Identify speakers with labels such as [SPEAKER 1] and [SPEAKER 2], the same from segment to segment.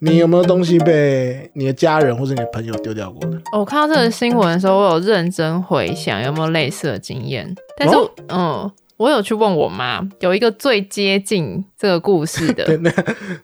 [SPEAKER 1] 你有没有东西被你的家人或者你的朋友丢掉过的？
[SPEAKER 2] 哦我看到这个新闻的时候，我有认真回想有没有类似的经验，但是我、嗯，我有去问我妈，有一个最接近这个故事的
[SPEAKER 1] 对，， 那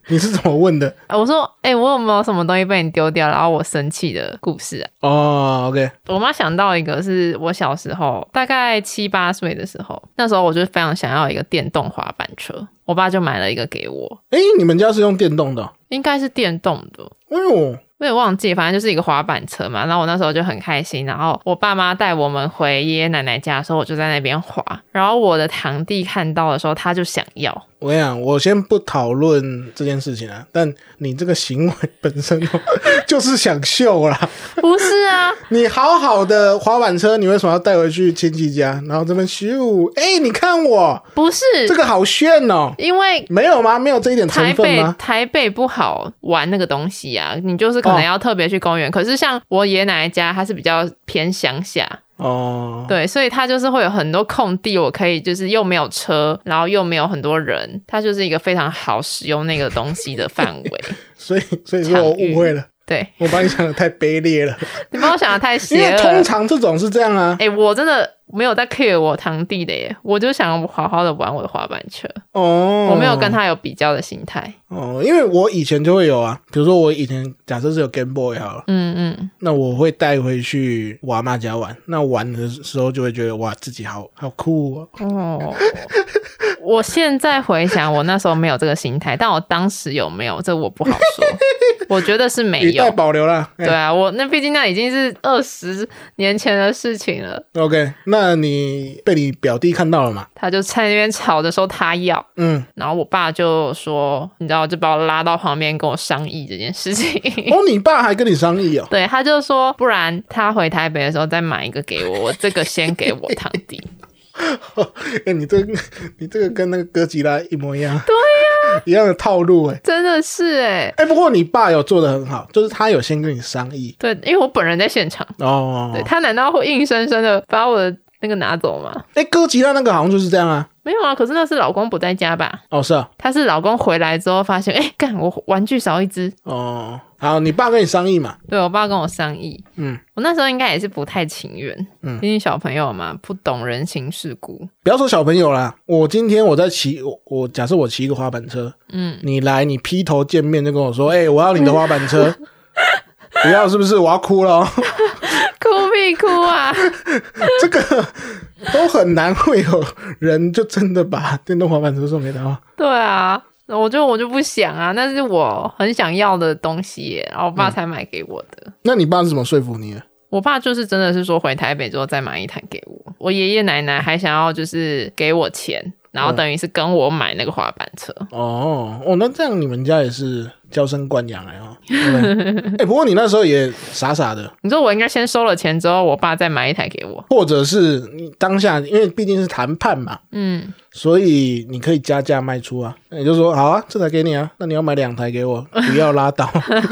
[SPEAKER 1] 你是怎么问的？
[SPEAKER 2] 啊我说，哎、我有没有什么东西被你丢掉，然后我生气的故事啊？
[SPEAKER 1] 哦，OK，
[SPEAKER 2] 我妈想到一个是我小时候大概七八岁的时候，那时候我就非常想要一个电动滑板车，我爸就买了一个给我，
[SPEAKER 1] 哎、你们家是用电动的哦？
[SPEAKER 2] 应该是电动的，
[SPEAKER 1] 哎呦，
[SPEAKER 2] 我也忘记，反正就是一个滑板车嘛。然后我那时候就很开心，然后我爸妈带我们回爷爷奶奶家的时候，我就在那边滑。然后我的堂弟看到的时候，他就想要。
[SPEAKER 1] 我跟你讲，我先不讨论这件事情啊，但你这个行为 本身哦就是想秀啦。
[SPEAKER 2] 不是啊，
[SPEAKER 1] 你好好的滑板车，你为什么要带回去亲戚家？然后这边秀，哎、你看我
[SPEAKER 2] 不是，
[SPEAKER 1] 这个好炫哦、
[SPEAKER 2] 因为
[SPEAKER 1] 没有吗？没有这一点
[SPEAKER 2] 台
[SPEAKER 1] 成分
[SPEAKER 2] 北
[SPEAKER 1] 吗？
[SPEAKER 2] 台北不好玩那个东西啊，你就是可能
[SPEAKER 1] 哦
[SPEAKER 2] 要特别去公园。可是像我爷爷奶奶家，它是比较偏乡下，
[SPEAKER 1] 哦，
[SPEAKER 2] 对，所以它就是会有很多空地，我可以就是又没有车，然后又没有很多人，它就是一个非常好使用那个东西的范围。
[SPEAKER 1] 所以所以说我误会了，
[SPEAKER 2] 对，
[SPEAKER 1] 我把你想的太卑劣了，
[SPEAKER 2] 你把我想的太邪
[SPEAKER 1] 因为
[SPEAKER 2] 恶
[SPEAKER 1] 通
[SPEAKER 2] 了。
[SPEAKER 1] 常这种是这样啊。
[SPEAKER 2] 哎、我真的没有在 care 我堂弟的耶，我就想好好的玩我的滑板车，
[SPEAKER 1] 哦，
[SPEAKER 2] 哎我没有跟他有比较的心态。
[SPEAKER 1] 哦，因为我以前就会有啊，比如说我以前假设是有 Game Boy 好了，
[SPEAKER 2] 嗯嗯，
[SPEAKER 1] 那我会带回去我阿妈家玩，那玩的时候就会觉得哇，自己好好酷哦。
[SPEAKER 2] 哦，我现在回想，我那时候没有这个心态，但我当时有没有，这我不好说。 我觉得是没
[SPEAKER 1] 语带
[SPEAKER 2] 有。
[SPEAKER 1] 保留啦。
[SPEAKER 2] 对啊，我那毕竟那已经是二十年前的事情了。
[SPEAKER 1] o k 哎那你被你表弟看到了嘛？
[SPEAKER 2] 他就在那边吵着说他要，
[SPEAKER 1] 嗯，
[SPEAKER 2] 然后我爸就说，你知道，就把我拉到旁边跟我商议这件事情。
[SPEAKER 1] 哦，你爸还跟你商议哦。
[SPEAKER 2] 对，他就说，不然他回台北的时候再买一个给我，我这个先给 我堂弟。
[SPEAKER 1] 哎、你这个 你这个跟那个哥吉拉一模一样，对呀、 一样的套路哎、
[SPEAKER 2] 真的是哎，
[SPEAKER 1] 哎、不过你爸有做的很好，就是他有先跟你商议
[SPEAKER 2] 对，因为我本人在现场，
[SPEAKER 1] 哦。
[SPEAKER 2] 对他难道会硬生生的把我的那个拿走吗？
[SPEAKER 1] 哎、哥吉拉那个好像就是这样啊。
[SPEAKER 2] 没有啊，可是那是老公不在家吧？
[SPEAKER 1] 哦，是啊，
[SPEAKER 2] 他是老公回来之后发现，哎，干我玩具少一只，
[SPEAKER 1] 哦，好，你爸跟你商议嘛。
[SPEAKER 2] 对我爸跟我商议，
[SPEAKER 1] 嗯，
[SPEAKER 2] 我那时候应该也是不太情愿，
[SPEAKER 1] 嗯
[SPEAKER 2] 毕竟小朋友嘛，不懂人情世 故，
[SPEAKER 1] 不要说小朋友啦，我今天我在骑，我我假设我骑一个滑板车，
[SPEAKER 2] 嗯，
[SPEAKER 1] 你来，你劈头见面就跟我说，哎、我要你的滑板车，不要是不是？我要哭了哦，
[SPEAKER 2] 哭屁哭啊！
[SPEAKER 1] 这个都很难会有人就真的把电动滑板车送给他吗？
[SPEAKER 2] 对啊，我就我就不想啊，那是我很想要的东西耶，然后我爸才买给我的。
[SPEAKER 1] 那你爸是怎么说服你的？
[SPEAKER 2] 我爸就是真的是说回台北之后再买一台给我，我爷爷奶奶还想要就是给我钱，然后
[SPEAKER 1] 嗯
[SPEAKER 2] 等于是跟我买那个滑板车。
[SPEAKER 1] 哦哦，那这样你们家也是娇生惯养哎哦。对不 对哎、不过你那时候也傻傻的，
[SPEAKER 2] 你说我应该先收了钱之后，我爸再买一台给我。
[SPEAKER 1] 或者是你当下，因为毕竟是谈判嘛，
[SPEAKER 2] 嗯，
[SPEAKER 1] 所以你可以加价卖出啊，那你就说好啊，这台给你啊，那你要买两台给我，不要拉倒。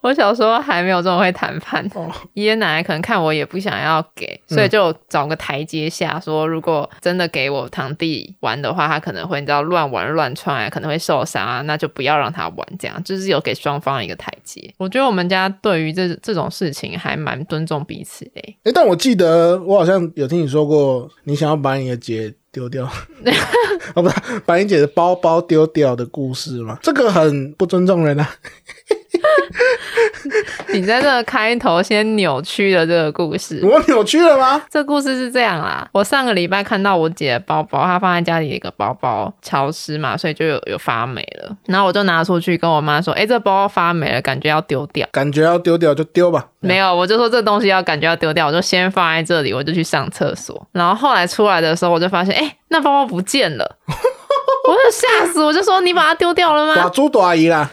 [SPEAKER 2] 我小时候还没有这么会谈判
[SPEAKER 1] 哦，
[SPEAKER 2] 爷爷奶奶可能看我也不想要给，所以就找个台阶下，说如果真的给我堂弟玩的话，他可能会你知道乱玩乱窜啊，可能会受伤啊，那就不要让他玩，这样就是有给双方一个台阶。我觉得我们家对于这这种事情还蛮尊重彼此的欸、
[SPEAKER 1] 哎、但我记得我好像有听你说过，你想要把你的姐丢掉， 哦，不是，把你姐的包包丢掉的故事嘛？这个很不尊重人啊。
[SPEAKER 2] 你在这个开头先扭曲了这个故事，
[SPEAKER 1] 我扭曲了吗？
[SPEAKER 2] 这故事是这样啦，我上个礼拜看到我姐的包包，她放在家里一个包包潮湿嘛，所以就有有发霉了。然后我就拿出去跟我妈说：“哎、这包包发霉了，感觉要丢掉。
[SPEAKER 1] 感觉要丢掉就丢吧。”
[SPEAKER 2] 没有，我就说这东西要感觉要丢掉，我就先放在这里，我就去上厕所。然后后来出来的时候，我就发现，哎、那包包不见了，我就吓死，我就说你把它丢掉了
[SPEAKER 1] 打
[SPEAKER 2] 吗？
[SPEAKER 1] 猪打姨啦。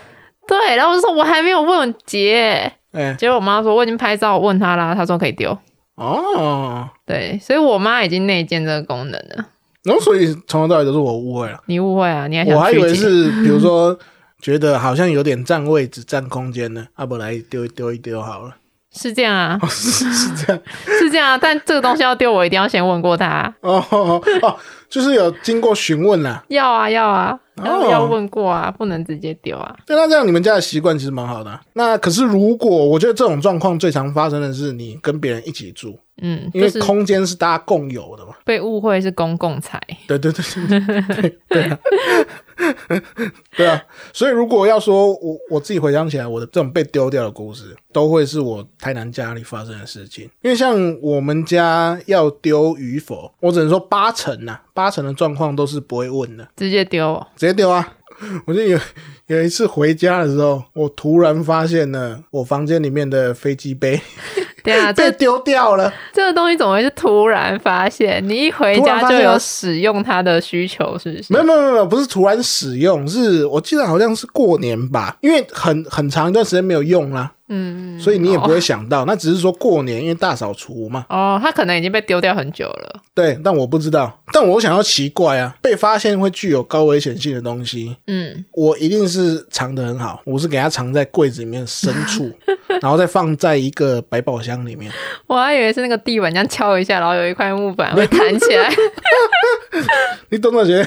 [SPEAKER 2] 对，然后我就说我还没有问姐，
[SPEAKER 1] 哎、
[SPEAKER 2] 结果我妈说我已经拍照问她啦，她说可以丢。
[SPEAKER 1] 哦，
[SPEAKER 2] 对，所以我妈已经内建这个功能了。
[SPEAKER 1] 然后哦所以从头到尾都是我误会了，
[SPEAKER 2] 你误会啊，你还想
[SPEAKER 1] 我还
[SPEAKER 2] 曲
[SPEAKER 1] 以为
[SPEAKER 2] 解
[SPEAKER 1] 是比如说觉得好像有点占位置、占空间呢，啊，不来丢一丢一丢好了。
[SPEAKER 2] 是这样啊，
[SPEAKER 1] 哦，是是这样。
[SPEAKER 2] 是这样啊。但这个东西要丢，我一定要先问过他。
[SPEAKER 1] 哦哦哦，就是有经过询问啦。
[SPEAKER 2] 要啊要啊，要、
[SPEAKER 1] 哦
[SPEAKER 2] 要问过啊，不能直接丢啊。
[SPEAKER 1] 对，那这样你们家的习惯其实蛮好的啊、那可是如果我觉得这种状况最常发生的是你跟别人一起住，
[SPEAKER 2] 嗯，
[SPEAKER 1] 因
[SPEAKER 2] 就
[SPEAKER 1] 为
[SPEAKER 2] 是
[SPEAKER 1] 空间是大家共有的嘛。
[SPEAKER 2] 被误会是公共财，
[SPEAKER 1] 对对对对对对对啊！对啊，所以如果要说我我自己回想起啊来，我的这种被丢掉的故事，都会是我台南家里发生的事情。因为像我们家要丢与否，我只能说八成呐、啊八成的状况都是不会问的，
[SPEAKER 2] 直接丢哦、
[SPEAKER 1] 直接丢啊！我就有有一次回家的时候，我突然发现了我房间里面的飞机杯
[SPEAKER 2] 对啊，这
[SPEAKER 1] 被丢掉了。
[SPEAKER 2] 这个东西怎么会是突然发现？你一回
[SPEAKER 1] 突然
[SPEAKER 2] 家
[SPEAKER 1] 发
[SPEAKER 2] 就
[SPEAKER 1] 现
[SPEAKER 2] 有
[SPEAKER 1] 啊
[SPEAKER 2] 使用它的需求，是不是？
[SPEAKER 1] 没有没有没有没有，不是突然使用，是我记得好像是过年吧，因为很很长一段时间没有用啦，
[SPEAKER 2] 嗯，
[SPEAKER 1] 所以你也不会想到，那只是说过年因为大扫除嘛，
[SPEAKER 2] 哦，它可能已经被丢掉很久了。
[SPEAKER 1] 对，但我不知道，但我想要奇怪啊，被发现会具有高危险性的东西，
[SPEAKER 2] 嗯，
[SPEAKER 1] 我一定是藏得很好，我是给它藏在柜子里面深处，然后再放在一个百宝箱里面，
[SPEAKER 2] 我还以为是那个地板这样敲一下，然后有一块木板会弹 起来。
[SPEAKER 1] 你懂不懂？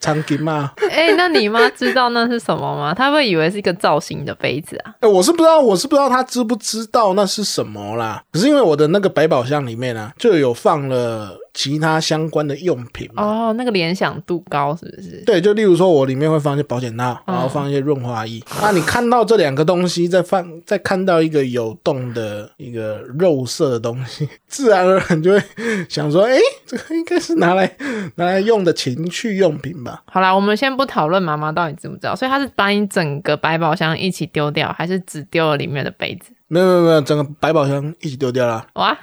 [SPEAKER 1] 藏金嘛？
[SPEAKER 2] 哎、那你妈知道那是什么吗？她会以为是一个造型的杯子啊。
[SPEAKER 1] 哎、我是不知道，我是不知道他知不知道那是什么啦。可是因为我的那个百宝箱里面啊，就有放了其他相关的用品嘛。
[SPEAKER 2] 哦，那个联想度高是不是？
[SPEAKER 1] 对，就例如说，我里面会放一些保险套，然后放一些润滑液。那你看到这两个东西，再放，再看到一个有洞的一个肉色的东西， 自然而然就会想说，哎、这个应该是拿来拿来用的情趣用品吧？
[SPEAKER 2] 好啦，我们先不讨论妈妈到底知不知道，所以她是把你整个百宝箱一起丢掉，还是只丢了里面的杯子？
[SPEAKER 1] 没有没有没有，整个百宝箱一起丢掉了。
[SPEAKER 2] 哇，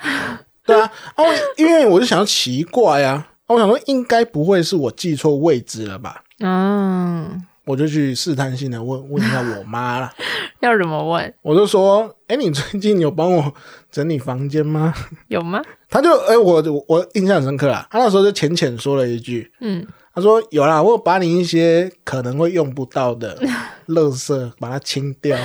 [SPEAKER 1] 对啊，啊我因为我就想要奇怪啊，啊我想说应该不会是我记错位置了吧？
[SPEAKER 2] 嗯，
[SPEAKER 1] 我就去试探性的问问一下我妈啦，
[SPEAKER 2] 要怎么问？
[SPEAKER 1] 我就说：“哎、你最近有帮我整理房间吗
[SPEAKER 2] 有吗？？”
[SPEAKER 1] 她就哎、我我我印象很深刻啦，她那时候就浅浅说了一句
[SPEAKER 2] 嗯，：“
[SPEAKER 1] 她说有啦，我有把你一些可能会用不到 的垃圾把它清掉。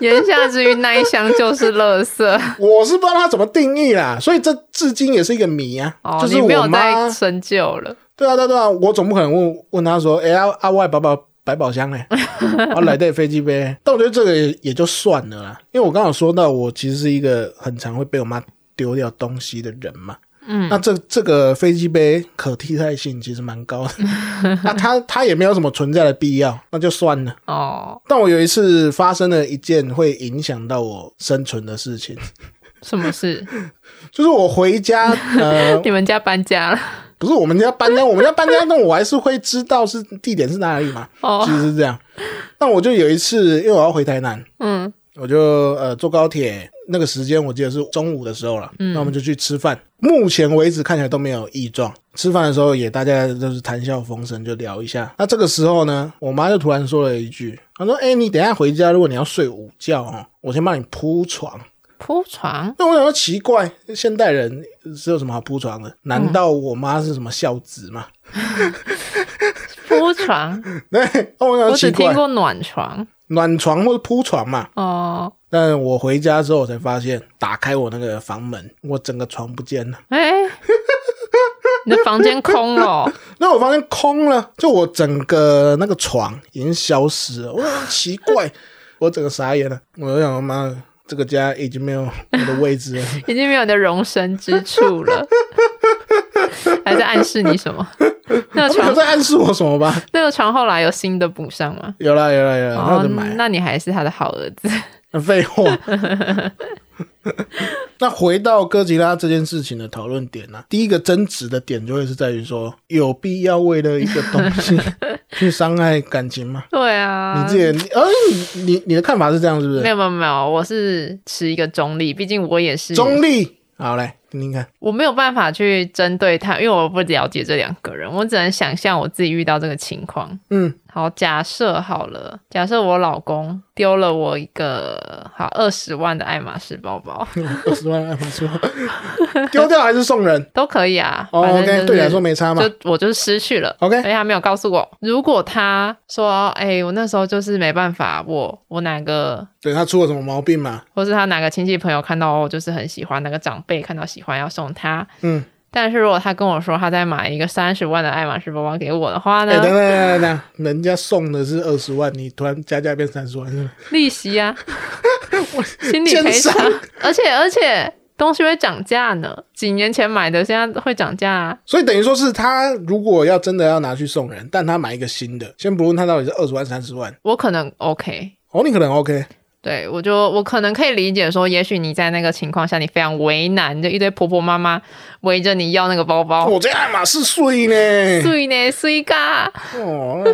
[SPEAKER 2] 言下之意，那一箱就是 垃圾”
[SPEAKER 1] 我是不知道她怎么定义啦，所以这至今也是一个谜啊。
[SPEAKER 2] 哦，
[SPEAKER 1] 就是
[SPEAKER 2] 你没
[SPEAKER 1] 我
[SPEAKER 2] 有
[SPEAKER 1] 妈
[SPEAKER 2] 再深究了。
[SPEAKER 1] 对啊，对啊，对啊，我总不可能问问他说，哎、阿阿外百宝百宝箱嘞， 啊来对飞机杯。但我觉得这个也也就算了啦，因为我刚好说到，我其实是一个很常会被我妈丢掉东西的人嘛。
[SPEAKER 2] 嗯，
[SPEAKER 1] 那这这个飞机杯可替代性其实蛮高的， 那它它也没有什么存在的必要，那就算了。
[SPEAKER 2] 哦，
[SPEAKER 1] 但我有一次发生了一件会影响到我生存的事情，
[SPEAKER 2] 什么事？
[SPEAKER 1] 就是我回家，呃，
[SPEAKER 2] 你们家搬家了？
[SPEAKER 1] 不是我们家搬家，我们家搬家，但我还是会知道是地点是哪里嘛。
[SPEAKER 2] 哦
[SPEAKER 1] 其，实是这样。那我就有一次，因为我要回台南，
[SPEAKER 2] 嗯
[SPEAKER 1] 我就呃坐高铁，那个时间我记得是中午的时候了。那我们就去吃饭，目前为止看起来都没有异状。吃饭的时候也大家就是谈笑风生，就聊一下。那这个时候呢，我妈就突然说了一句，她说：“哎、你等一下回家，如果你要睡午觉哦，我先帮你铺床。”
[SPEAKER 2] 铺床，
[SPEAKER 1] 那我想说奇怪，现代人是有什么好铺床的？难道我妈是什么孝子吗？
[SPEAKER 2] 铺 床，
[SPEAKER 1] 对，那我想说
[SPEAKER 2] 我只
[SPEAKER 1] 奇
[SPEAKER 2] 听
[SPEAKER 1] 怪，
[SPEAKER 2] 过暖床。
[SPEAKER 1] 暖床或者铺床嘛。
[SPEAKER 2] 哦，
[SPEAKER 1] 但我回家之后我才发现，打开我那个房门，我整个床不见了。
[SPEAKER 2] 哎、你的房间空了哦、
[SPEAKER 1] 那我发现空了，就我整个那个床已经消失了。我很奇怪， 我整个傻眼了。我就想说，妈的，这个家已经没有我的位置了。
[SPEAKER 2] 已经没有你的容身之 处了。还在暗示你什么？ 那
[SPEAKER 1] 他们
[SPEAKER 2] 个
[SPEAKER 1] 有
[SPEAKER 2] 床，
[SPEAKER 1] 在暗示我什么吧？
[SPEAKER 2] 那个床后来有新的补上吗？
[SPEAKER 1] 有啦有啦有啦，那我就买
[SPEAKER 2] 哦，。那你还是他的好儿子。
[SPEAKER 1] 废话。那回到哥吉拉这件事情的讨论点呢、第一个争执的点就会是在于说，有必要为了一个东 西去伤害感情吗？
[SPEAKER 2] 对啊，
[SPEAKER 1] 你自己的，你呃，你你你的看法是这样，是不
[SPEAKER 2] 没
[SPEAKER 1] 是？
[SPEAKER 2] 有没有没有，我是持一个中立，毕竟我也是
[SPEAKER 1] 中立，好嘞，听听看。
[SPEAKER 2] 我没有办法去针对他，因为我不了解这两个人，我只能想象我自己遇到这个情况。
[SPEAKER 1] 嗯，
[SPEAKER 2] 好，假设好了，假设我老公丢了我一个好二十万的爱马仕包包
[SPEAKER 1] 二十万爱马仕包丢掉还是送人？
[SPEAKER 2] 都可以啊，
[SPEAKER 1] 哦
[SPEAKER 2] 反正就是、
[SPEAKER 1] ，OK，对你来说没差嘛。
[SPEAKER 2] 就哎我就是失去了。
[SPEAKER 1] OK
[SPEAKER 2] 而且他没有告诉我。如果他说，哎、我那时候就是没办法，我我哪个，
[SPEAKER 1] 对他出了什么毛病嘛？
[SPEAKER 2] 或是他哪个亲戚朋友看到我就是很喜欢，哪个长辈看到喜欢要送他，
[SPEAKER 1] 嗯，
[SPEAKER 2] 但是如果他跟我说他再买一个三十万的爱马仕包包给我的话
[SPEAKER 1] 哎、
[SPEAKER 2] 呢，
[SPEAKER 1] 等等等等等，人家送的是二十万，你突然加价变三十万，是吧
[SPEAKER 2] 利息 啊，心理赔
[SPEAKER 1] 奸
[SPEAKER 2] 偿，而且而且东西会涨价呢，几年前买的现在会涨价、啊，
[SPEAKER 1] 所以等于说是他如果要真的要拿去送人，但他买一个新的，先不论他到底是二十万三十万，
[SPEAKER 2] 我可能 OK。
[SPEAKER 1] 哦，你可能 OK，
[SPEAKER 2] 对，我就我可能可以理解说，也许你在那个情况下，你非常为难，就一堆婆婆妈妈围着你要那个包包，
[SPEAKER 1] 哦我这爱马仕碎呢，
[SPEAKER 2] 对呢， 碎嘎。
[SPEAKER 1] 哦，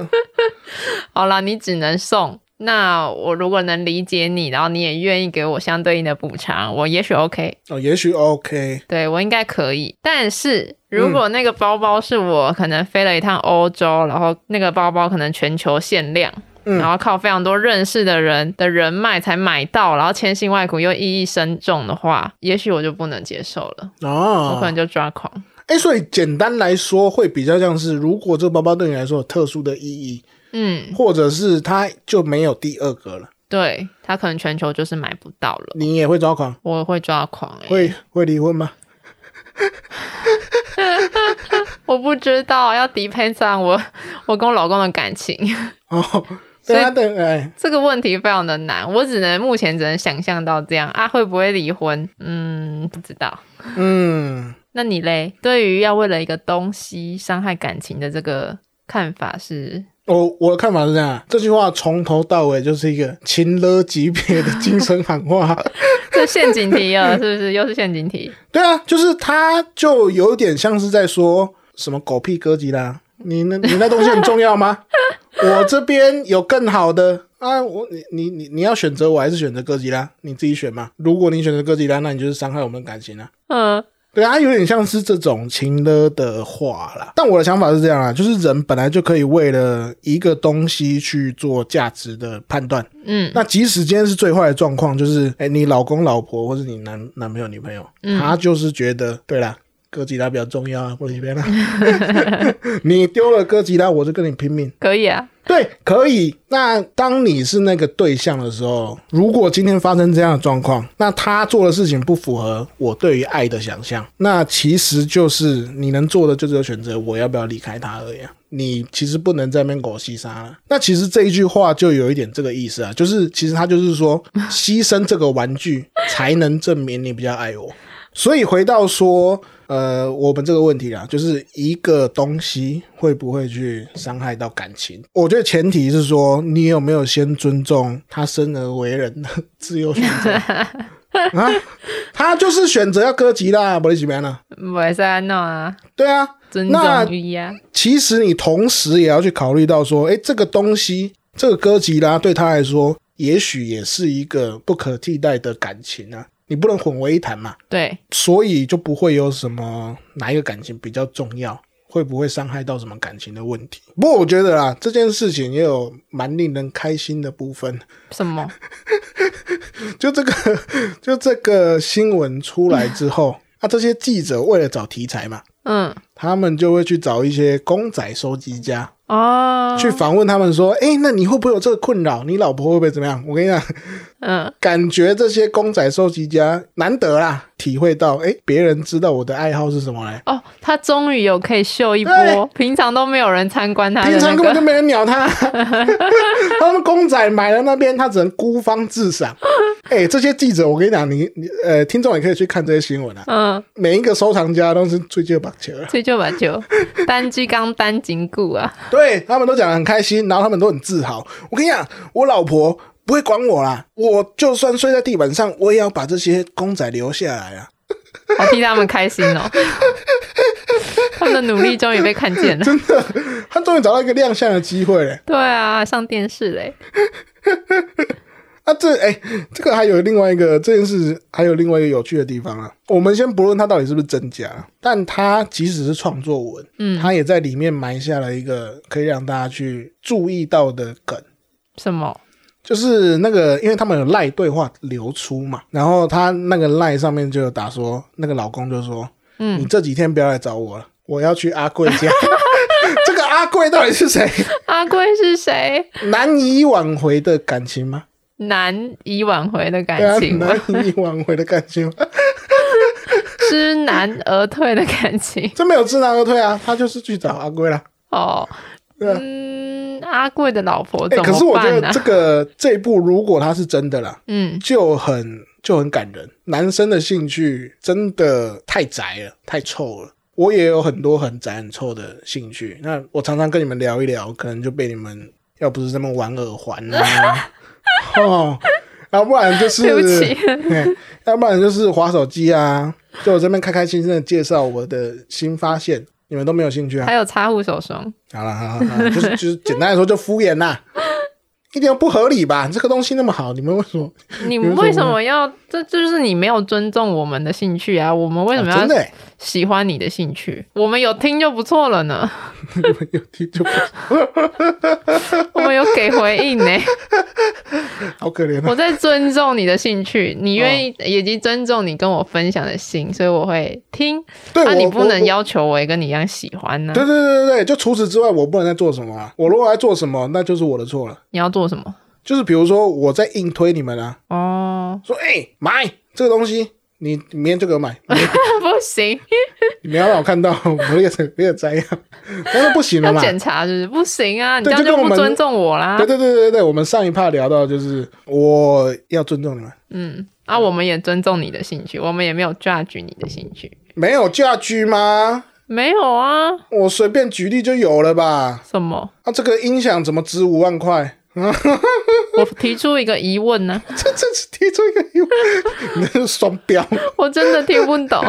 [SPEAKER 2] 好啦，你只能送。那我如果能理解你，然后你也愿意给我相对应的补偿，我也许 OK，
[SPEAKER 1] 哦，也许 OK，
[SPEAKER 2] 对我应该可以。但是如果
[SPEAKER 1] 嗯
[SPEAKER 2] 那个包包是我可能飞了一趟欧洲，然后那个包包可能全球限量。
[SPEAKER 1] 嗯
[SPEAKER 2] 然后靠非常多认识的人的人脉才买到，然后千辛万苦又意义深重的话，也许我就不能接受了，我
[SPEAKER 1] 哦
[SPEAKER 2] 可能，就抓狂。
[SPEAKER 1] 哎、所以简单来说，会比较像是，如果这个包包对你来说有特殊的意义，
[SPEAKER 2] 嗯，
[SPEAKER 1] 或者是它就没有第二个了，
[SPEAKER 2] 对他可能全球就是买不到了，
[SPEAKER 1] 你也会抓狂，
[SPEAKER 2] 我会抓狂、欸。
[SPEAKER 1] 会会离婚吗？
[SPEAKER 2] 我不知道，要 depends on 我我跟我老公的感情
[SPEAKER 1] 哦，对啊，对，哎，
[SPEAKER 2] 这个问题非常的难，我只能目前只能想象到这样啊，会不会离婚？嗯，不知道。
[SPEAKER 1] 嗯，
[SPEAKER 2] 那你嘞？对于要为了一个东西伤害感情的这个看法是？
[SPEAKER 1] 我我的看法是这样啊，这句话从头到尾就是一个情勒级别的精神喊话。
[SPEAKER 2] 这陷阱题了，是不是？又是陷阱题？
[SPEAKER 1] 对啊，就是他就有点像是在说什么狗屁哥吉拉，你那你那东西很重要吗？我这边有更好的啊，我你你你你要选择我还是选择哥吉拉，你自己选嘛。如果你选择哥吉拉，那你就是伤害我们的感情啊。
[SPEAKER 2] 嗯
[SPEAKER 1] 对啊，有点像是这种情勒的话啦。但我的想法是这样啊，就是人本来就可以为了一个东西去做价值的判断。
[SPEAKER 2] 嗯
[SPEAKER 1] 那即使今天是最坏的状况，就是哎、诶你老公、老婆或是你男男朋友、女朋友，他就是觉得，对啦，哥吉拉比较重要啊，不离别啦。 你丢了哥吉拉，我就跟你拼命。
[SPEAKER 2] 可以啊。
[SPEAKER 1] 对，可以。那当你是那个对象的时候，如果今天发生这样的状况，那他做的事情不符合我对于爱的想象，那其实就是你能做的就只有选择我要不要离开他而已、啊。你其实不能在那边狗牺牲了。那其实这一句话就有一点这个意思啊，就是其实他就是说，牺牲这个玩具才能证明你比较爱我。所以回到说，呃，我们这个问题啦，就是一个东西会不会去伤害到感情？我觉得前提是说，你有没有先尊重他生而为人的自由选择啊？他就是选择要哥吉拉，不是怎么样呢？
[SPEAKER 2] 不会再弄啊，
[SPEAKER 1] 对啊，
[SPEAKER 2] 尊
[SPEAKER 1] 那
[SPEAKER 2] 重于一啊。
[SPEAKER 1] 其实你同时也要去考虑到说，诶，这个东西，这个哥吉拉对他来说，也许也是一个不可替代的感情啊，你不能混为一谈嘛。
[SPEAKER 2] 对，
[SPEAKER 1] 所以就不会有什么哪一个感情比较重要，会不会伤害到什么感情的问题。不过我觉得啦，这件事情也有蛮令人开心的部分，
[SPEAKER 2] 什么？
[SPEAKER 1] 就这个 就这个新闻出来之后，啊，这些记者为了找题材嘛。
[SPEAKER 2] 嗯
[SPEAKER 1] 他们就会去找一些公仔收集家
[SPEAKER 2] 哦，
[SPEAKER 1] 去访问他们说：“诶，那你会不会有这个困扰？你老婆会不会怎么样？”我跟你讲，
[SPEAKER 2] 嗯，
[SPEAKER 1] 感觉这些公仔收集家难得啦，体会到诶，别人知道我的爱好是什么嘞。
[SPEAKER 2] 哦，他终于有可以秀一波
[SPEAKER 1] 对，
[SPEAKER 2] 平常都没有人参观他的
[SPEAKER 1] 平常
[SPEAKER 2] 那
[SPEAKER 1] 根本就
[SPEAKER 2] 个。
[SPEAKER 1] 没人鸟 他，他们公仔买了那边，他只能孤芳自赏。 哎、这些记者，我跟你讲，你你呃，听众也可以去看这些新闻啊。
[SPEAKER 2] 嗯，
[SPEAKER 1] 每一个收藏家都是追究绑球，
[SPEAKER 2] 所以就把酒单鸡刚单紧固啊，
[SPEAKER 1] 对他们都讲得很开心，然后他们都很自豪。我跟你讲，我老婆不会管我啦，我就算睡在地板上，我也要把这些公仔留下来啊。
[SPEAKER 2] 好替他们开心哦。他们的努力终于被看见了。
[SPEAKER 1] 真的，他终于找到一个亮相的机会了。
[SPEAKER 2] 对啊，上电视嘞。
[SPEAKER 1] 啊，这哎、这个还有另外一个这件事，还有另外一个有趣的地方啊。我们先不论它到底是不是真假，但它即使是创作文，嗯，它也在里面埋下了一个可以让大家去注意到的梗，
[SPEAKER 2] 什么？
[SPEAKER 1] 就是那个，因为他们有赖对话流出嘛，然后他那个赖上面就有打说，那个老公就说，嗯，你这几天不要来找我了，我要去阿贵家。 这个阿贵到底是谁？
[SPEAKER 2] 阿贵是谁？
[SPEAKER 1] 难以挽回的感情吗？
[SPEAKER 2] 难以挽回的
[SPEAKER 1] 对啊
[SPEAKER 2] 感，情吗？
[SPEAKER 1] 难以挽回的感情吗。
[SPEAKER 2] 知难而退的感情。
[SPEAKER 1] 这没有知难而退啊，他就是去找阿龟啦。
[SPEAKER 2] 哦，
[SPEAKER 1] 对啊
[SPEAKER 2] 嗯，阿贵的老婆
[SPEAKER 1] 哎、
[SPEAKER 2] 怎么
[SPEAKER 1] 可是我觉
[SPEAKER 2] 办呢、啊
[SPEAKER 1] 得这个这一部如果它是真的啦，
[SPEAKER 2] 嗯，
[SPEAKER 1] 就很就很感人。男生的兴趣真的太宅了，太臭了。我也有很多很宅很臭的兴趣，那我常常跟你们聊一聊，可能就被你们要不是这么玩耳环 啊，哦，要不然就是
[SPEAKER 2] 对不起，
[SPEAKER 1] 嘿要不然就是划手机啊。就我这边开开心心的介绍我的新发现，你们都没有兴趣啊
[SPEAKER 2] 还。有擦护手霜，
[SPEAKER 1] 好了，好了，好了，就是就是简单来说就敷衍啦，一点都不合理吧？这个东西那么好，你们为什么？
[SPEAKER 2] 你
[SPEAKER 1] 有什
[SPEAKER 2] 们
[SPEAKER 1] 么
[SPEAKER 2] 为什么要？这就是你没有尊重我们的兴趣啊！我们为什么
[SPEAKER 1] 啊真的、
[SPEAKER 2] 要
[SPEAKER 1] 欸？
[SPEAKER 2] 喜欢你的兴趣？我们有听就不错了呢，
[SPEAKER 1] 你们有听就不
[SPEAKER 2] 我们有给回 应呢、
[SPEAKER 1] 好可怜啊！
[SPEAKER 2] 我在尊重你的兴趣，你愿
[SPEAKER 1] 哦
[SPEAKER 2] 意以及尊重你跟我分享的心，所以我会听。
[SPEAKER 1] 对，
[SPEAKER 2] 那、
[SPEAKER 1] 我
[SPEAKER 2] 你不能。
[SPEAKER 1] 我
[SPEAKER 2] 要求我也跟你一样喜欢呢、
[SPEAKER 1] 对对对对对，就除此之外，我不能再做什么啊！我如果在做什么，那就是我的错了。
[SPEAKER 2] 你要做什么？
[SPEAKER 1] 就是比如说，我在硬推你们啊，
[SPEAKER 2] 哦，
[SPEAKER 1] 说哎、欸买这个东西，你你明天就给我买，
[SPEAKER 2] 不行，
[SPEAKER 1] 你不要让我看到，我也是我也这样，但是不行了
[SPEAKER 2] 要
[SPEAKER 1] 嘛。
[SPEAKER 2] 检查就是不行啊！你这
[SPEAKER 1] 对
[SPEAKER 2] 样
[SPEAKER 1] 就跟我
[SPEAKER 2] 不
[SPEAKER 1] 们
[SPEAKER 2] 尊重我啦
[SPEAKER 1] 对。对对对对，我们上一趴聊到就是我要尊重你们，
[SPEAKER 2] 嗯，啊，我们也尊重你的兴趣，我们也没有 judge 你的兴趣。
[SPEAKER 1] 没有家居吗？
[SPEAKER 2] 没有啊，
[SPEAKER 1] 我随便举例就有了吧？
[SPEAKER 2] 什么？
[SPEAKER 1] 啊，这个音响怎么值五万块？
[SPEAKER 2] 我提出一个疑问呢、
[SPEAKER 1] 这这是提出一个疑问， 你那是双标。
[SPEAKER 2] 我真的听不懂。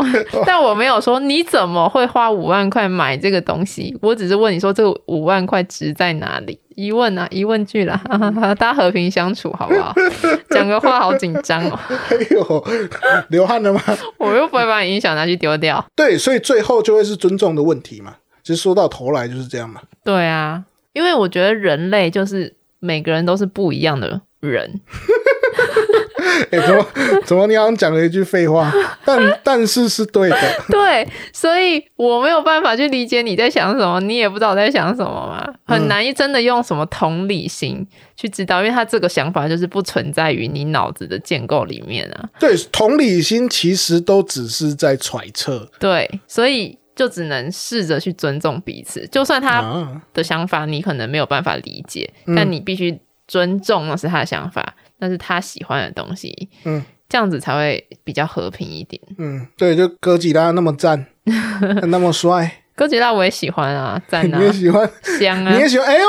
[SPEAKER 2] 但我没有说你怎么会花五万块买这个东西，我只是问你说这五万块值在哪里？疑问啊，疑问句啦， 哈哈哈大家和平相处好不好？讲个话好紧张哦，
[SPEAKER 1] 哎呦， 流汗了吗？
[SPEAKER 2] 我又不会把你音响拿去丢掉。
[SPEAKER 1] 对，所以最后就会是尊重的问题嘛。其实说到头来就是这样嘛。
[SPEAKER 2] 对啊，因为我觉得人类就是每个人都是不一样的人，
[SPEAKER 1] 哎，怎么怎么你好像讲了一句废话，但但是是对 的。
[SPEAKER 2] 对，所以我没有办法去理解你在想什么，你也不知道我在想什么嘛，
[SPEAKER 1] 嗯
[SPEAKER 2] 很难真的用什么同理心去知道，因为他这个想法就是不存在于你脑子的建构里面啊。
[SPEAKER 1] 对，同理心其实都只是在揣测
[SPEAKER 2] 对，所以就只能试着去尊重彼此，就算他
[SPEAKER 1] 啊。
[SPEAKER 2] 的想法你可能没有办法理解，
[SPEAKER 1] 嗯
[SPEAKER 2] 但你必须尊重那是他的想法，那是他喜欢的东西，
[SPEAKER 1] 嗯，
[SPEAKER 2] 这样子才会比较和平一点。
[SPEAKER 1] 嗯，对，就哥吉拉那么赞，那么帅，
[SPEAKER 2] 哥吉拉我也喜欢啊，赞
[SPEAKER 1] 你
[SPEAKER 2] 啊
[SPEAKER 1] 也，喜欢，
[SPEAKER 2] 香
[SPEAKER 1] 你
[SPEAKER 2] 啊
[SPEAKER 1] 也，喜欢。哎呦，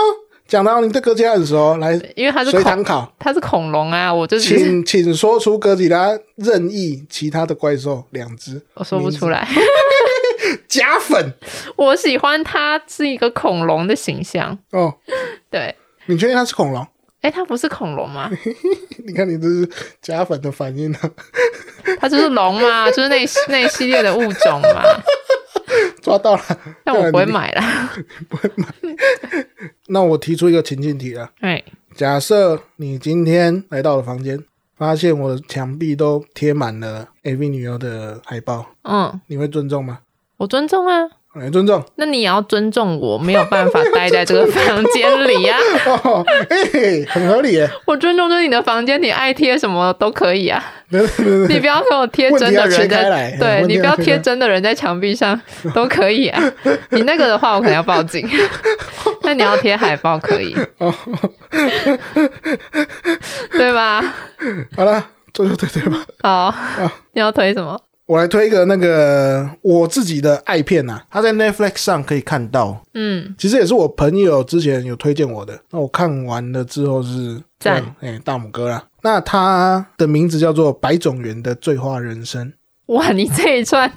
[SPEAKER 1] 讲到你对哥吉拉很熟，来
[SPEAKER 2] 因为他是
[SPEAKER 1] 随
[SPEAKER 2] 恐
[SPEAKER 1] 堂考。
[SPEAKER 2] 它是恐龙啊，我 就只是
[SPEAKER 1] 请请说出哥吉拉任意其他的怪兽两只
[SPEAKER 2] 我说不出来。
[SPEAKER 1] 假粉
[SPEAKER 2] 我喜欢它是一个恐龙的形象，
[SPEAKER 1] 哦，
[SPEAKER 2] 对。
[SPEAKER 1] 你确定它是恐龙？
[SPEAKER 2] 哎，它不是恐龙吗？
[SPEAKER 1] 你看你这是假粉的反应啊，
[SPEAKER 2] 它就是龙嘛，就是那一那一系列的物种嘛。
[SPEAKER 1] 抓到了。
[SPEAKER 2] 但我不会
[SPEAKER 1] 看来
[SPEAKER 2] 买啦。
[SPEAKER 1] 你。那我提出一个情境题啊，
[SPEAKER 2] 哎，
[SPEAKER 1] 假设你今天来到了房间，发现我的墙壁都贴满了 AV 女优的海报，
[SPEAKER 2] 嗯，
[SPEAKER 1] 你会尊重吗？
[SPEAKER 2] 我尊重啊。
[SPEAKER 1] 哎，尊重。
[SPEAKER 2] 那你也要尊重我，没有办法待在这个房间里啊。
[SPEAKER 1] 哦，嘿嘿，很合理耶。
[SPEAKER 2] 我尊重就是你的房间，你爱贴什么都可以啊。
[SPEAKER 1] 对对 对
[SPEAKER 2] 你
[SPEAKER 1] 对
[SPEAKER 2] 不要给我贴真的人
[SPEAKER 1] 问题要切开来
[SPEAKER 2] 在，对
[SPEAKER 1] 问题
[SPEAKER 2] 你
[SPEAKER 1] 要
[SPEAKER 2] 不要
[SPEAKER 1] 切开
[SPEAKER 2] 贴真的人在墙壁上都可以 啊。你那个的话，我可能要报警。那你要贴海报可以，
[SPEAKER 1] 哦，
[SPEAKER 2] 对吧？
[SPEAKER 1] 好了，对对对对吧？
[SPEAKER 2] 好，
[SPEAKER 1] 哦
[SPEAKER 2] 你要推什么？
[SPEAKER 1] 我来推一个那个我自己的爱片呐、啊，它在 Netflix 上可以看到，
[SPEAKER 2] 嗯，
[SPEAKER 1] 其实也是我朋友之前有推荐我的。那我看完了之后是
[SPEAKER 2] 赞，
[SPEAKER 1] 哎、大拇哥啦。那它的名字叫做《白种人的醉话人生》，
[SPEAKER 2] 哇，你这一串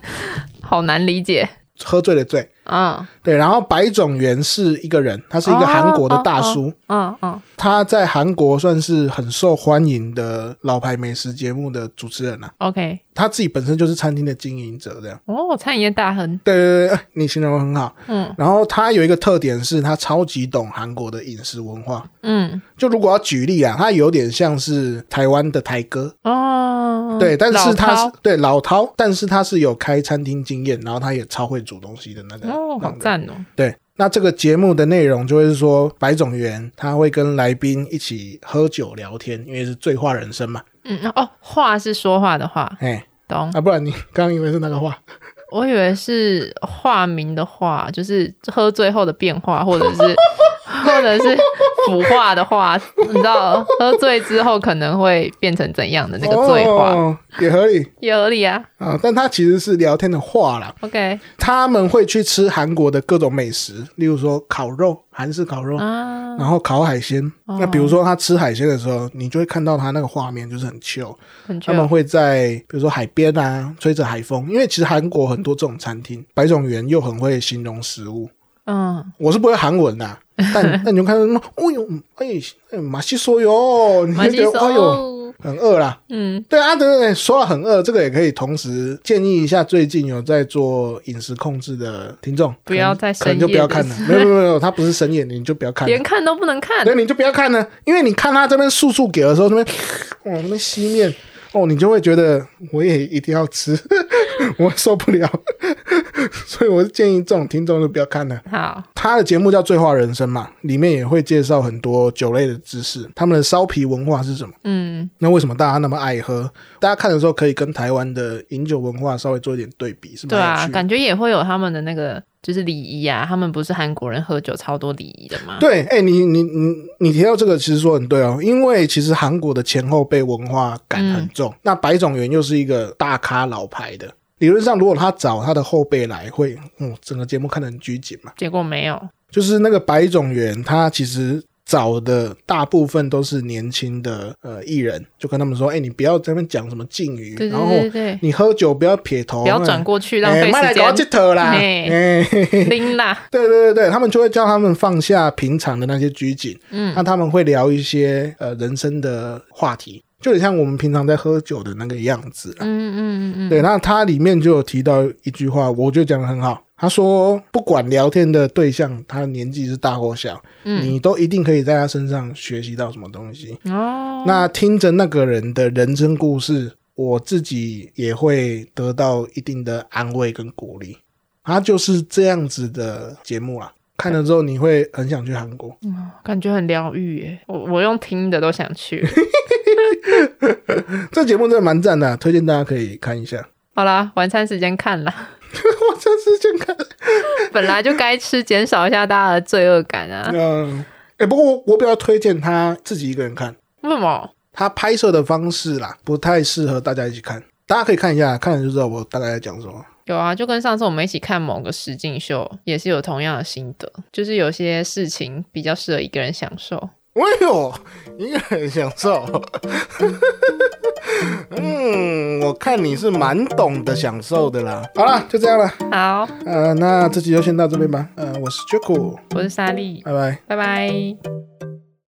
[SPEAKER 2] 好难理解
[SPEAKER 1] 喝醉的醉。
[SPEAKER 2] 啊！
[SPEAKER 1] 对，然后白种人是一个人，他是一个韩国的大叔，
[SPEAKER 2] 嗯嗯
[SPEAKER 1] 他在韩国算是很受欢迎的老牌美食节目的主持人啦、
[SPEAKER 2] ，OK，
[SPEAKER 1] 他自己本身就是餐厅的经营者，这样。
[SPEAKER 2] 哦，餐饮业大亨，
[SPEAKER 1] 对对对对，你形容得很好。
[SPEAKER 2] 嗯
[SPEAKER 1] 然后他有一个特点是，他超级懂韩国的饮食文化。
[SPEAKER 2] 嗯
[SPEAKER 1] 就如果要举例啊，他有点像是台湾的台哥，
[SPEAKER 2] 哦，
[SPEAKER 1] 对，但是他
[SPEAKER 2] 老
[SPEAKER 1] 是
[SPEAKER 2] 饕
[SPEAKER 1] 对老饕，但是他是有开餐厅经验，然后他也超会煮东西的那个。
[SPEAKER 2] 哦，
[SPEAKER 1] 那
[SPEAKER 2] 好
[SPEAKER 1] 个
[SPEAKER 2] 赞哦，
[SPEAKER 1] 对，那这个节目的内容就会是说，白种元他会跟来宾一起喝酒聊天，因为是醉话人生嘛。
[SPEAKER 2] 嗯哦，话是说话的话，
[SPEAKER 1] 哎，
[SPEAKER 2] 懂。
[SPEAKER 1] 啊，不然你刚刚以为是那个话，
[SPEAKER 2] 我以为是化名的话，就是喝醉后的变化，或者是 或者是腐化的话，你知道，喝醉之后可能会变成怎样的那个醉化，
[SPEAKER 1] 哦、也合理
[SPEAKER 2] 也合理啊。
[SPEAKER 1] 啊。但它其实是聊天的话啦，
[SPEAKER 2] OK
[SPEAKER 1] 他们会去吃韩国的各种美食，例如说烤肉，韩式烤肉，
[SPEAKER 2] 啊，
[SPEAKER 1] 然后烤海鲜。那比如说他吃海鲜的时候，你就会看到他那个画面就是很 chill，
[SPEAKER 2] 很
[SPEAKER 1] 他们
[SPEAKER 2] chill
[SPEAKER 1] 会在比如说海边啊，吹着海风，因为其实韩国很多这种餐厅，白种元又很会形容食物。
[SPEAKER 2] 嗯，
[SPEAKER 1] 我是不会韩文的，但但你就看到什么，哦呦，嗯哎哎，马西说哟，你
[SPEAKER 2] 蛮
[SPEAKER 1] 就
[SPEAKER 2] 吸
[SPEAKER 1] 觉得哎呦
[SPEAKER 2] 收，
[SPEAKER 1] 很饿啦。
[SPEAKER 2] 嗯，
[SPEAKER 1] 对啊，对对对，说到很饿，这个也可以同时建议一下最近有在做饮食控制的听众，
[SPEAKER 2] 不要
[SPEAKER 1] 可能
[SPEAKER 2] 在
[SPEAKER 1] 可能
[SPEAKER 2] 深
[SPEAKER 1] 就
[SPEAKER 2] 夜
[SPEAKER 1] 不要看
[SPEAKER 2] 的
[SPEAKER 1] 了，没有没有没有，他不是深夜，你就不要看了，
[SPEAKER 2] 连看都不能看
[SPEAKER 1] 对，你就不要看了，因为你看他这边速速给的时候，这边往那边吸面，哦，你就会觉得我也一定要吃， 我受不了， 所以我是建议这种听众就不要看了。
[SPEAKER 2] 好，
[SPEAKER 1] 他的节目叫《醉话人生》嘛，里面也会介绍很多酒类的知识，他们的烧啤文化是什么？
[SPEAKER 2] 嗯，
[SPEAKER 1] 那为什么大家那么爱喝？大家看的时候可以跟台湾的饮酒文化稍微做一点对比，是
[SPEAKER 2] 对
[SPEAKER 1] 蛮有
[SPEAKER 2] 啊，
[SPEAKER 1] 趣的。
[SPEAKER 2] 感觉也会有他们的那个就是礼仪啊，他们不是韩国人喝酒超多礼仪的吗？
[SPEAKER 1] 对，哎、你你你你提到这个，其实说很对哦，因为其实韩国的前后辈文化感很重。
[SPEAKER 2] 嗯
[SPEAKER 1] 那白种元又是一个大咖老牌的，理论上如果他找他的后辈来，会嗯整个节目看得很拘谨嘛。
[SPEAKER 2] 结果没有，
[SPEAKER 1] 就是那个白种元，他其实找的大部分都是年轻的呃艺人，就跟他们说，哎、你不要在那边讲什么敬语，
[SPEAKER 2] 对对
[SPEAKER 1] 然后
[SPEAKER 2] 对对对，
[SPEAKER 1] 你喝酒不要撇头，
[SPEAKER 2] 不要
[SPEAKER 1] 那
[SPEAKER 2] 转过去浪
[SPEAKER 1] 哎，
[SPEAKER 2] 费
[SPEAKER 1] 卖来
[SPEAKER 2] 时
[SPEAKER 1] 搞
[SPEAKER 2] 间
[SPEAKER 1] 这，头啦！
[SPEAKER 2] 嘿
[SPEAKER 1] 哎，嘿嘿
[SPEAKER 2] 拎啦，
[SPEAKER 1] 对对对对，他们就会叫他们放下平常的那些拘谨，
[SPEAKER 2] 嗯
[SPEAKER 1] 那他们会聊一些呃人生的话题，就很像我们平常在喝酒的那个样子啦。
[SPEAKER 2] 嗯嗯嗯嗯，
[SPEAKER 1] 对，那它里面就有提到一句话，我觉得讲的很好。他说，不管聊天的对象他年纪是大或小，
[SPEAKER 2] 嗯
[SPEAKER 1] 你都一定可以在他身上学习到什么东西。
[SPEAKER 2] 哦，
[SPEAKER 1] 那听着那个人的人生故事，我自己也会得到一定的安慰跟鼓励。它就是这样子的节目啦，看了之后你会很想去韩国。
[SPEAKER 2] 感觉很疗愈耶，我我用听的都想去。
[SPEAKER 1] 这节目真的蛮赞的啊、推荐大家可以看一下。
[SPEAKER 2] 好啦，晚餐时间看啦，
[SPEAKER 1] 我这次就看，
[SPEAKER 2] 本来就该吃，减少一下大家的罪恶感啊。
[SPEAKER 1] 嗯，哎、不过我我比较推荐他自己一个人看，
[SPEAKER 2] 为什么？
[SPEAKER 1] 他拍摄的方式啦，不太适合大家一起看。大家可以看一下，看了就知道我大概在讲什么。
[SPEAKER 2] 有啊，就跟上次我们一起看某个实境秀，也是有同样的心得，就是有些事情比较适合一个人享受。
[SPEAKER 1] 哎呦，一个人享受。 嗯，我看你是蛮懂得享受的啦。好啦，就这样了。
[SPEAKER 2] 好，
[SPEAKER 1] 呃，那这集就先到这边吧。呃，我是 Jaco，
[SPEAKER 2] 我是莎莉，
[SPEAKER 1] 拜拜。
[SPEAKER 2] 拜拜。